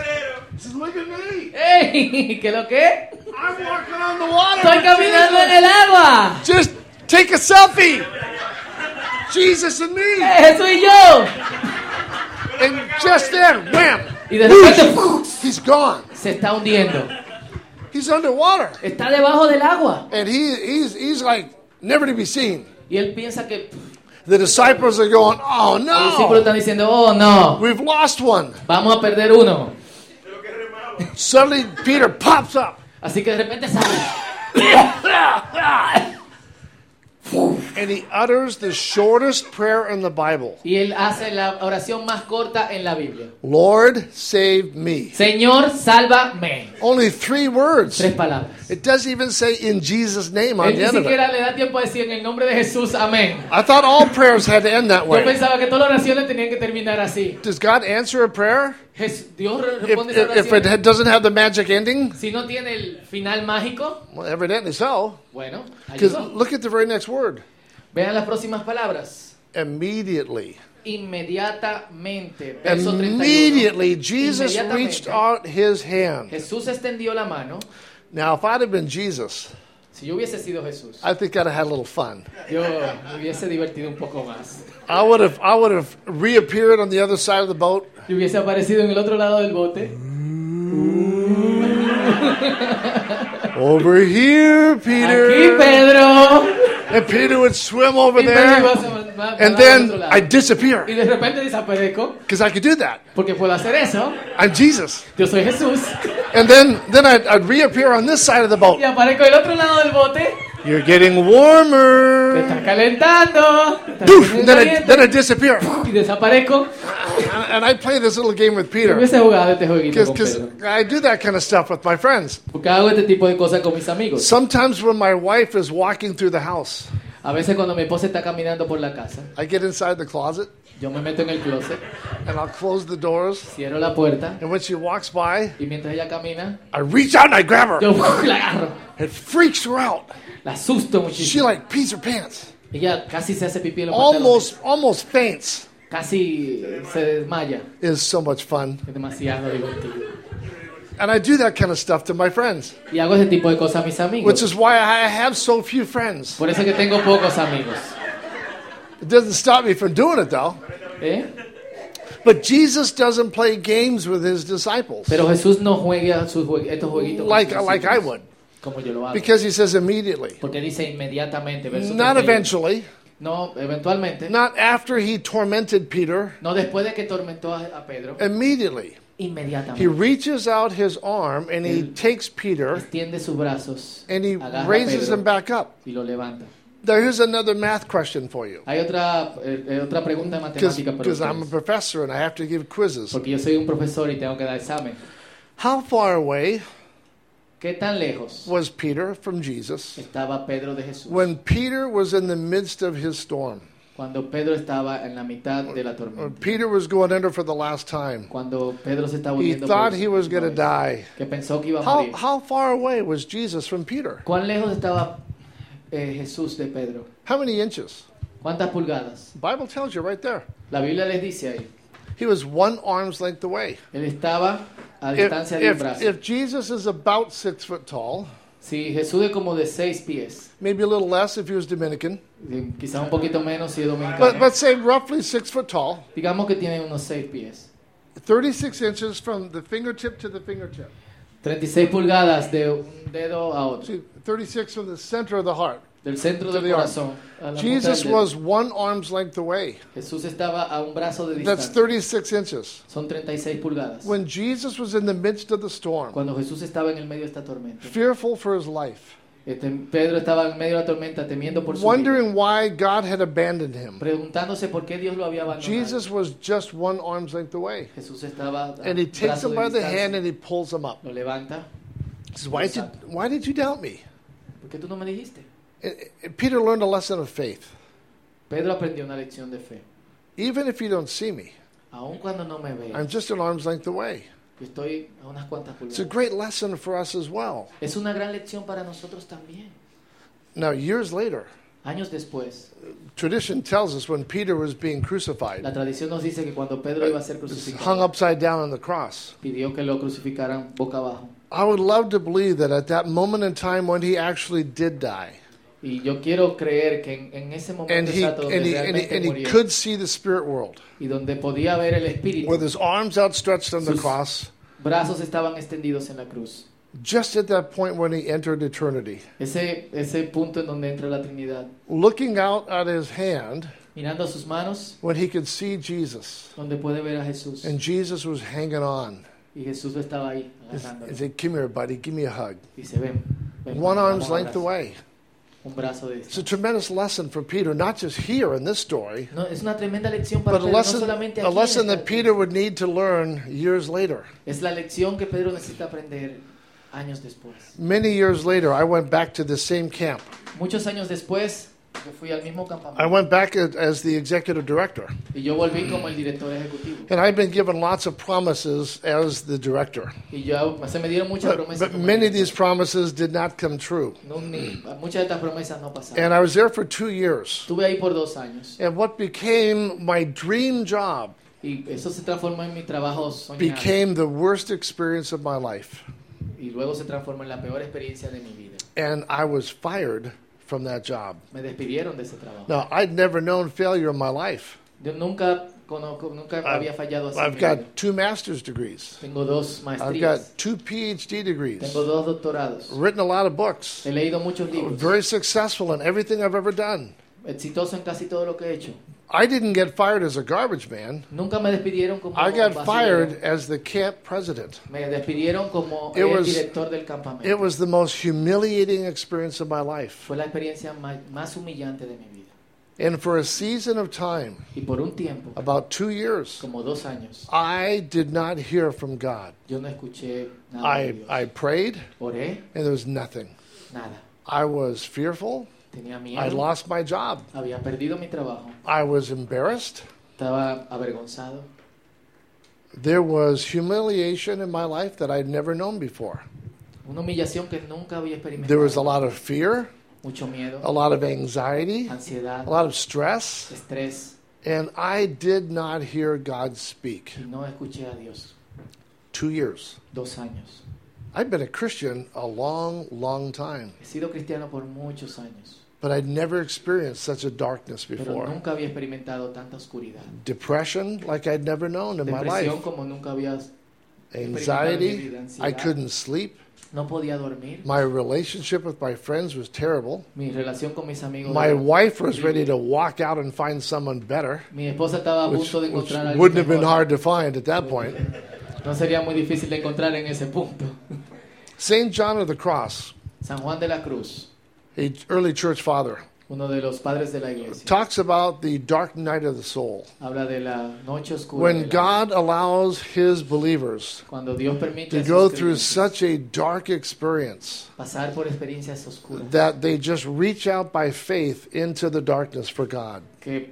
He says, look at me.
¡Ey! (laughs) ¿Qué lo que?
I'm walking on the water.
¡Estoy
with
caminando en
Jesus.
el agua!
Just take a selfie. Jesus and me.
¡Eh, ¡Soy yo!
And just then, wham,
Y de repente ¡puf!
he's gone.
se está hundiendo.
He's underwater.
Está debajo del agua.
And he, he's, he's like never to be seen.
Y él piensa que... pff,
The disciples are going, oh
Los discípulos
no,
están diciendo, oh no,
we've lost one.
vamos a perder uno.
Suddenly, Peter pops up.
Así que de repente sale.
And he utters the shortest prayer in the Bible
Y él hace la oración más corta en la Biblia.
Lord, save me.
Señor, sálvame.
Only three words.
Tres palabras.
It doesn't even say in Jesus' name on
Él
the
ni
end of it.
siquiera le da tiempo a decir en el nombre de Jesús, amén.
I thought all prayers had to end that
Yo
way.
pensaba que todas las oraciones tenían que terminar así.
Does God answer a prayer?
Jes- Dios re-
If,
responde esa
if, if
oración.
it doesn't have the magic ending,
Si no tiene el final mágico,
well, evidently so.
bueno,
Because
ayudó.
look at the very next word
Vean las próximas palabras.
immediately.
Inmediatamente. Verso 31.
Immediately, Jesus
Inmediatamente,
reached out his hand.
Jesús extendió la mano.
Now, if I'd have been Jesus,
Si yo hubiese sido Jesús,
I think I'd have had a little fun.
yo me hubiese divertido un poco más.
I would have, I would have reappeared on the other side of the boat.
Yo hubiese aparecido en el otro lado del bote.
Over here,
Aquí,
Peter.
Pedro.
And Peter would swim over
Y Pedro iba
there.
a se- va-
And
va al otro
then
lado.
I
Y
disappear
de repente desaparezco,
because I could do that.
porque puedo hacer eso.
I'm Jesus.
Yo soy Jesús.
And then, then I'd, I'd reappear on this side of the boat.
Y aparezco del otro lado del bote.
You're getting
Te
warmer.
estás calentando. te estás
Doof,
poniendo
then, I,
caliente,
then I disappear.
Y desaparezco.
And, and I play this little game with
Yo
Peter
hubiese jugado este jueguito con
because
Pedro.
I do that kind of stuff with my friends.
Porque hago este tipo de cosas con mis amigos.
Sometimes when my wife is walking through the house,
A veces cuando mi esposa está caminando por la casa,
I get inside the closet
yo me meto en el closet,
and I'll close the doors.
cierro la puerta
And when she walks by,
y mientras ella camina,
I reach out and I grab her.
yo (laughs) la agarro.
It freaks her out.
La asusto
She
muchísimo.
like pees her pants.
Ella casi se hace pipí en los pantalones.
Almost almost faints.
Casi se desmaya.
It is so much fun.
Es demasiado divertido.
And I do that kind of stuff to my friends.
Y hago ese tipo de cosas a mis
Which
amigos.
is why I have so few friends.
Por eso es que tengo pocos amigos.
It doesn't stop me from doing it though.
¿eh?
But Jesus doesn't play games with his disciples
Pero Jesús no juega sus jue- estos jueguitos. con
like
sus
like I
discípulos,
would.
Como yo lo hago.
Because he says immediately.
Porque dice inmediatamente. verso
Not
31.
eventually.
No, eventualmente.
Not after he tormented Peter.
No después de que tormentó a, a Pedro.
Immediately. Eh, He
Inmediatamente.
reaches out his arm and he takes Peter
Extiende sus brazos.
and he
agarra a
raises
Pedro
him back up.
Y lo levanta.
Now here's another math question for you.
Hay otra, eh, eh, otra pregunta de matemática para
Because I'm a
ustedes.
professor and I have to give quizzes.
Porque yo soy un profesor y tengo que dar examen.
How far away
¿Qué tan lejos
was Peter from Jesus
estaba Pedro de Jesús?
when Peter was in the midst of his storm?
Cuando Pedro estaba en la mitad de la
When
tormenta.
Peter was going under for the last time,
Cuando Pedro se estaba
he
hundiendo.
thought
por
he was
última
going to
vez,
die.
Que pensó que iba a
How,
morir.
how far away was Jesus from Peter?
¿Cuán lejos estaba eh, Jesús de Pedro?
How many inches?
¿Cuántas pulgadas?
The Bible tells you right there.
La Biblia les dice ahí.
He was one arm's length away.
Él estaba a
If,
distancia de un
if,
brazo.
if Jesus is about six foot tall,
Si Jesús es como de seis pies,
maybe a little less if he was Dominican,
eh, quizás un poquito menos si es
but,
dominicano.
but say roughly six foot tall,
Digamos que tiene unos seis pies.
36 inches from the fingertip to the fingertip.
36 pulgadas de un dedo a otro.
See, 36 from the center of the heart.
Del centro
To
del
the arm.
corazón. a la punta del
Jesus
dedo.
was one arm's length away.
Jesús estaba a un brazo de
That's
distancia.
36 inches.
Son 36 pulgadas.
When Jesus was in the midst of the storm,
Cuando Jesús estaba en el medio de esta tormenta.
fearful for his life,
Este, Pedro estaba en medio de la tormenta temiendo por su vida.
wondering why God had abandoned him,
Preguntándose por qué Dios lo había abandonado.
Jesus was just one arm's length away.
Jesús estaba a
And he
un
takes
brazo
him
de
by the
distancia.
hand and he pulls him up.
Lo levanta.
He says, Why did you, why did you doubt me?
¿Por qué tú no me dijiste?
And- and Peter learned a lesson of faith.
Pedro aprendió una lección de fe.
Even if you don't see me,
Aun cuando no me vean,
I'm just an arm's length away.
yo estoy a unas cuantas
It's a
pulgadas.
great lesson for us as well.
Es una gran lección para nosotros también.
Now, years later,
Años después,
tradition tells us when Peter was being crucified,
la tradición nos dice que cuando Pedro iba a ser
hung
crucificado,
upside down on the cross.
pidió que lo crucificaran boca abajo.
I would love to believe that at that moment in time when he actually did die,
Y yo quiero creer que en, en ese momento
and he,
exacto donde
and he, and he,
realmente
and he
murió
could see the spirit world
y donde podía ver el espíritu,
with his arms outstretched on the cross,
brazos estaban extendidos en la cruz.
just at that point when he entered eternity,
Ese, ese punto en donde entra la Trinidad.
looking out at his hand
Mirando sus manos,
when he could see Jesus.
donde puede ver a Jesús.
And Jesus was hanging on.
Y Jesús lo estaba ahí, agarrándolo.
He said, Come here, buddy, give me a hug.
Dice, ven. ven
One
vamos,
arm's
vamos,
length
abrazo".
away.
Un brazo de este.
It's a
distancia.
tremendous lesson for Peter, not just here in this story,
No, es una tremenda lección para
but a
Pedro, no
lesson,
solamente
a
aquí.
lesson
en esta-
that Peter would need to learn years later.
Es la lección que Pedro necesita aprender años después.
Many years later, I went back to the same camp
Muchos años después Yo fui al mismo
I
campamento
went back a- as the executive director.
y yo volví como el director ejecutivo.
And I've been given lots of promises as the director.
Y yo, se me dieron muchas
But,
promesas.
but
como
many of
director.
these promises did not come true.
No, ni- muchas de estas promesas no pasaron.
And I was there for two years.
Estuve ahí por dos años
And what became my dream job
y eso se transformó en mi trabajo soñado
became the worst experience of my life.
y luego se transformó en la peor experiencia de mi vida.
And I was fired from that job.
Me despidieron de ese trabajo.
Now, I'd never known failure in my life.
Yo nunca conozco, nunca había fallado así. en
I've
mi vida.
got two master's degrees,
Tengo dos
I've
maestrías,
got two PhD
tengo
degrees,
dos doctorados,
written a lot of books,
he leído muchos libros,
very successful in everything I've ever done.
exitoso en casi todo lo que he hecho.
I didn't get fired as a garbage man.
Nunca me despidieron como
I got
basurero.
fired as the camp president.
Me despidieron como
It
el
was-
director del campamento.
It was the most humiliating experience of my life.
Fue la experiencia más, más humillante de mi vida.
And for a season of time,
Y por un tiempo,
about two years,
como dos años,
I did not hear from God.
yo no escuché nada de
I,
Dios.
I prayed,
Oré,
and there was nothing.
nada.
I was fearful.
Tenía
I
miedo.
lost my job.
Había perdido mi trabajo.
I was embarrassed.
Estaba avergonzado.
There was humiliation in my life that I'd never known before.
Una humillación que nunca había experimentado.
There was a lot of fear,
Mucho
a
miedo,
lot of anxiety,
ansiedad,
a lot of stress,
estrés.
and I did not hear God speak.
Y no escuché a Dios.
Two years.
Dos años.
I've been a Christian a long, long time,
He sido cristiano por muchos años.
but I'd never experienced such a darkness
Pero
before.
nunca había experimentado tanta oscuridad.
Depression like I'd never known in my
Depresión
life.
como nunca había.
Anxiety.
experimentado en mi vida,
I
ansiedad.
couldn't sleep.
No podía dormir.
My relationship with my friends was terrible.
Mi relación con mis amigos.
My wife was ready to walk out and find someone better,
Mi esposa estaba a
which,
punto de
which
encontrar algo
wouldn't have been
mejor.
hard to find at that point.
No sería muy difícil de encontrar en ese punto.
St. John of the Cross,
San Juan de la Cruz,
a early church father,
uno de los padres de la iglesia,
talks about the dark night of the soul.
habla de la noche oscura. de
When
la-
God allows his believers
cuando Dios permite
to
a sus
go through
creyentes
such a dark experience
pasar por experiencias oscuras,
that they just reach out by faith into the darkness for God.
que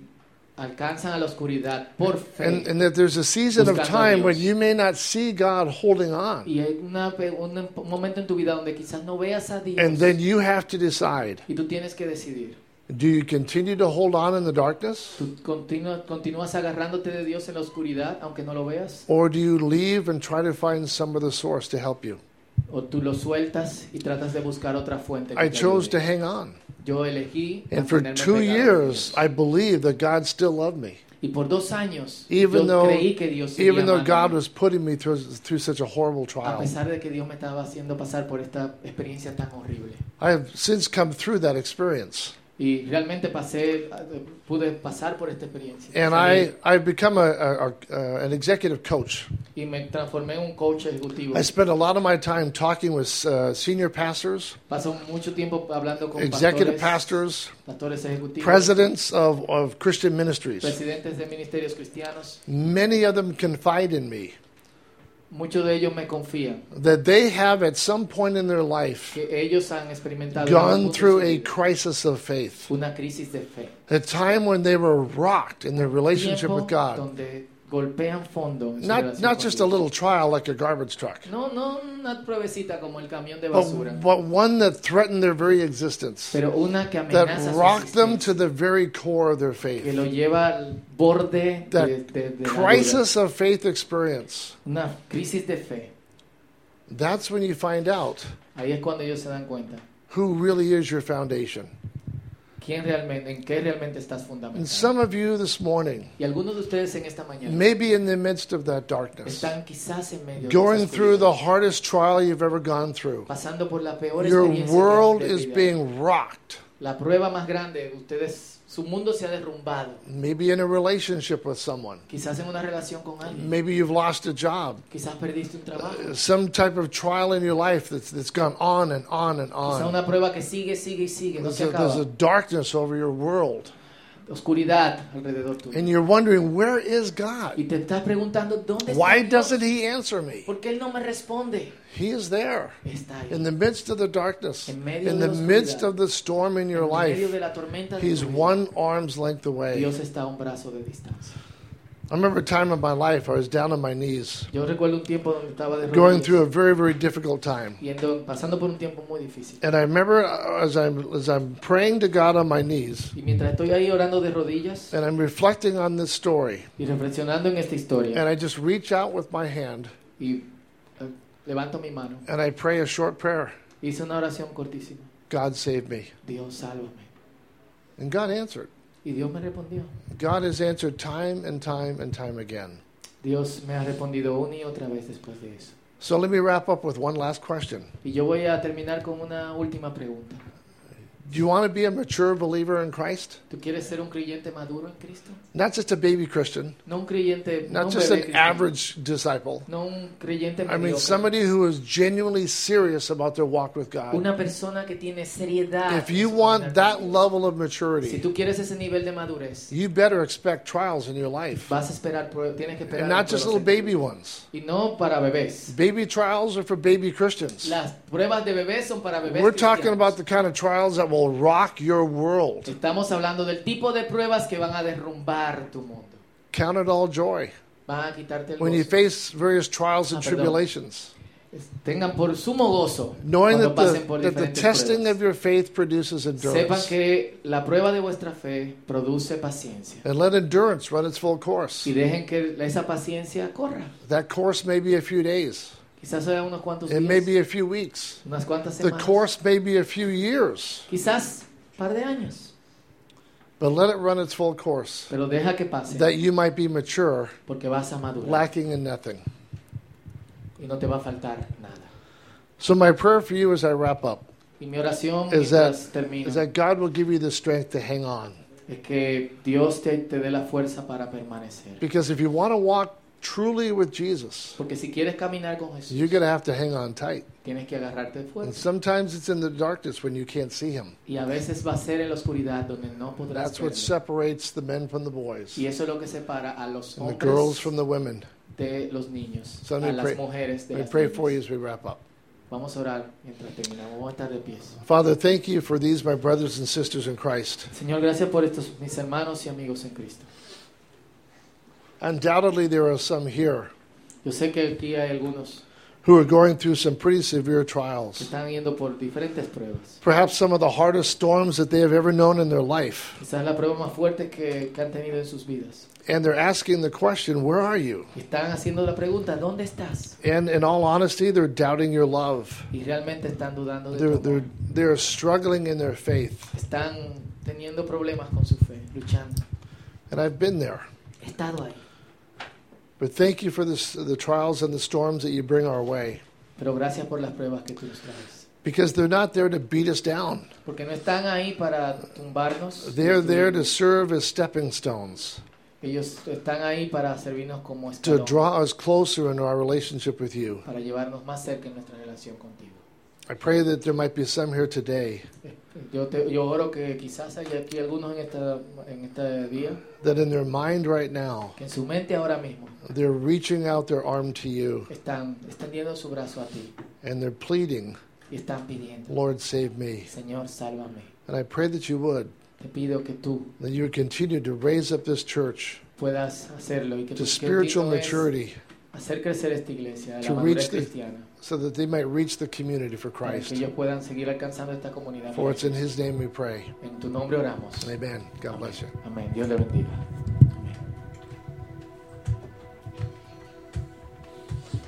alcanzan a la oscuridad por fe.
And, and that there's a season of
Buscando a
time when
Dios.
you may not see God holding on.
y hay una pe- un, em, un momento en tu vida donde quizás no veas a Dios
And then you have to decide
y tú tienes que decidir.
do you continue to hold on in the darkness?
Tú continua- continúas agarrándote de Dios en la oscuridad, aunque no lo veas,
Or do you leave and try to find some other source to help you?
o tú lo sueltas y tratas de buscar otra fuente. que
I
te
chose to
ayude.
hang on.
Yo elegí.
And for
mantenerme
two
pegado a
years,
Dios.
I believed that God still loved me,
Y por dos años
Even
yo
though-
creí que Dios seguía
even though
amándome,
God was putting me through, through such a horrible
a
trial.
pesar de que Dios me estaba haciendo pasar por esta experiencia tan horrible.
I have since come through that experience.
Y realmente pasé, pude pasar por esta experiencia.
And I,
Salí
I've become a, a, a, uh, an executive coach.
y me transformé en un coach ejecutivo.
I spend a lot of my time talking with uh, senior pastors,
Paso mucho tiempo hablando con
executive
pastores,
pastors,
pastores ejecutivos,
presidents of, of Christian ministries.
presidentes de ministerios cristianos.
Many of them confide in me
Muchos de ellos me confían
that they have at some point in their life
que ellos han experimentado en algún
gone
punto de su
through a
vida
crisis of faith,
una crisis de fe.
a time when they were rocked in their relationship
Tiempo
with God.
donde golpean fondo. en su
Not,
relación
not
con
just a
Dios.
little trial like a garbage truck,
No, no una pruebecita como el camión de basura,
but, but one that threatened their very existence.
pero una que
that
amenaza su
rocked them
existencia,
to the very core of their
que
faith.
lo lleva al borde
That
de, de- de la duda.
Crisis of faith experience.
Una crisis de fe.
That's when you find out
Ahí es cuando ellos se dan cuenta
who really is your foundation.
quién realmente, en qué realmente estás
And
fundamentado.
some of you this morning
Y algunos de ustedes en esta mañana
may be in the midst of that darkness,
están quizás en medio de
going
esa
through
oscuridad,
the hardest trial you've ever gone through.
pasando por la peor
Your
experiencia de-
world
de
is
vida.
being rocked,
La prueba más grande, ustedes su mundo se ha derrumbado.
maybe in a relationship with someone,
Quizás en una relación con alguien,
maybe you've lost a job,
quizás perdiste un trabajo.
some type of trial in your life that's, that's gone on and on and
Quizá
on.
una prueba que sigue, sigue y sigue, no
There's
se
a, there's
acaba.
a darkness over your world.
oscuridad alrededor tuyo.
and you're wondering, where is
Y
God?
te estás preguntando, ¿dónde
Why
está Dios?
doesn't He answer me?
¿Por qué Él no me responde?
He is there
Está ahí,
in the midst of the darkness,
En medio
in
de
the
la oscuridad.
midst of the storm in your
en medio
life.
de la tormenta. de
He's
tu vida.
one arm's length away.
Dios está a un brazo de distancia.
I remember a time in my life I was down on my knees,
Yo recuerdo un tiempo donde estaba de
going
rodillas,
through a very, very difficult time.
yendo- pasando por un tiempo muy difícil.
And I remember uh, as I'm, as I'm praying to God on my knees,
Y mientras estoy ahí orando de rodillas
and I'm reflecting on this story,
y reflexionando en esta
and
historia,
I just reach out with my hand
y eh, levanto mi mano,
and I pray a short prayer
hice una oración cortísima.
God save me.
Dios, sálvame.
And God answered.
Y Dios me respondió.
God has answered time and time and time again.
Dios me ha respondido una y otra vez después de eso.
So let me wrap up with one last question.
Y yo voy a terminar con una última pregunta.
Do you want to be a mature believer in Christ?
¿Tú quieres ser un creyente maduro en Cristo?
Not just a baby Christian,
No un creyente, no
not
un
just
bebé
an
cristiano,
average disciple.
no un creyente
I mean,
mediocre.
somebody who is genuinely serious about their walk with God.
una persona que tiene seriedad.
If
en
you
su
want
caminar
that
con Dios.
level of
si
maturity,
tú quieres ese nivel de madurez,
you better expect trials in your life.
vas a esperar, prue- tienes que esperar.
And not just
pruebas
little
en tu
baby ones.
Y no para bebés.
Baby trials are for baby Christians.
Las pruebas de bebés son para bebés.
We're talking
cristianos.
about the kind of trials that will rock your world.
Estamos hablando del tipo de pruebas que van a derrumbar tu mundo.
Count it all joy.
Van a quitarte el
when you
gozo.
face various trials and
Ah, perdón.
tribulations,
Tengan por sumo gozo
knowing
cuando
that the,
pasen por
that the
diferentes
testing
pruebas.
of your faith produces
Sepan
endurance.
que la prueba de vuestra fe produce paciencia.
And let endurance run its full course.
Y dejen que esa paciencia corra.
That course may be a few days,
Quizás sea unos cuantos
it
días,
may be a few weeks,
unas cuantas
the
semanas,
course may be a few years,
quizás un par de años.
but let it run its full course
Pero deja que pase,
that you might be mature,
porque vas a madurar
lacking in nothing.
y no te va a faltar nada.
So, my prayer for you as I wrap up
Y mi oración
Is
mientras
that-
termino
is that God will give you the strength to hang on.
es que Dios te, te dé la fuerza para permanecer.
Because if you want to walk truly with Jesus,
Porque si quieres caminar con Jesús,
you're going to have to hang on tight.
tienes que agarrarte
And
fuerte.
sometimes it's in the darkness when you can't see him.
Y a veces va a ser en la oscuridad donde no podrás
That's what
verlo.
separates the men from the boys
Y eso es lo que separa a los
and the girls
hombres
from the women.
de los niños,
So let me
a las
pray-
mujeres de
We
las
pray for you
niñas.
as we wrap up.
Vamos a orar mientras terminamos. Vamos a estar de pies.
Father, thank you for these, my brothers and sisters in Christ.
Señor, gracias por estos mis hermanos y amigos en Cristo.
Undoubtedly, there are some here
Yo sé que aquí hay algunos
who are going through some pretty severe
que
trials,
están yendo por diferentes pruebas.
perhaps some of the hardest storms that they have ever known in their life.
Quizás la prueba más fuerte que, que han tenido en sus vidas.
And they're asking the question, Where are you?
Y Están haciendo la pregunta, ¿dónde estás?
And in all honesty, they're doubting your love.
Y realmente están dudando de
They're,
tu amor.
they're, they're struggling in their faith.
Están teniendo problemas con su fe, luchando.
And I've been there.
He estado ahí.
But thank you for this, the trials and the storms that you bring our way.
Pero gracias por las pruebas que tú nos traes.
Because they're not there to beat us down.
Porque no están ahí para tumbarnos.
They're there to serve as stepping stones,
Ellos están ahí para servirnos como
to
escalón,
draw us closer into our relationship with you.
para llevarnos más cerca en nuestra relación contigo.
I pray that there might be some here today
Yo, te- yo oro que quizás haya aquí algunos en, esta, en este día
that in their mind right now,
que en su mente ahora mismo
they're reaching out their arm to you
están extendiendo su brazo a ti
and they're pleading,
y están pidiendo,
Lord, save me.
Señor, sálvame.
And I pray that you would,
Te pido que tú
that you would continue to raise up this church
puedas hacerlo y que
to
tu
spiritual
que tu es
maturity
hacer crecer esta iglesia de la
To
madurez
reach the-
cristiana
so that they might reach the community for
para que
Christ.
ellos puedan seguir alcanzando esta comunidad.
For it's in his name we pray.
En tu nombre oramos.
Amen. God bless you.
Amén. Dios le bendiga.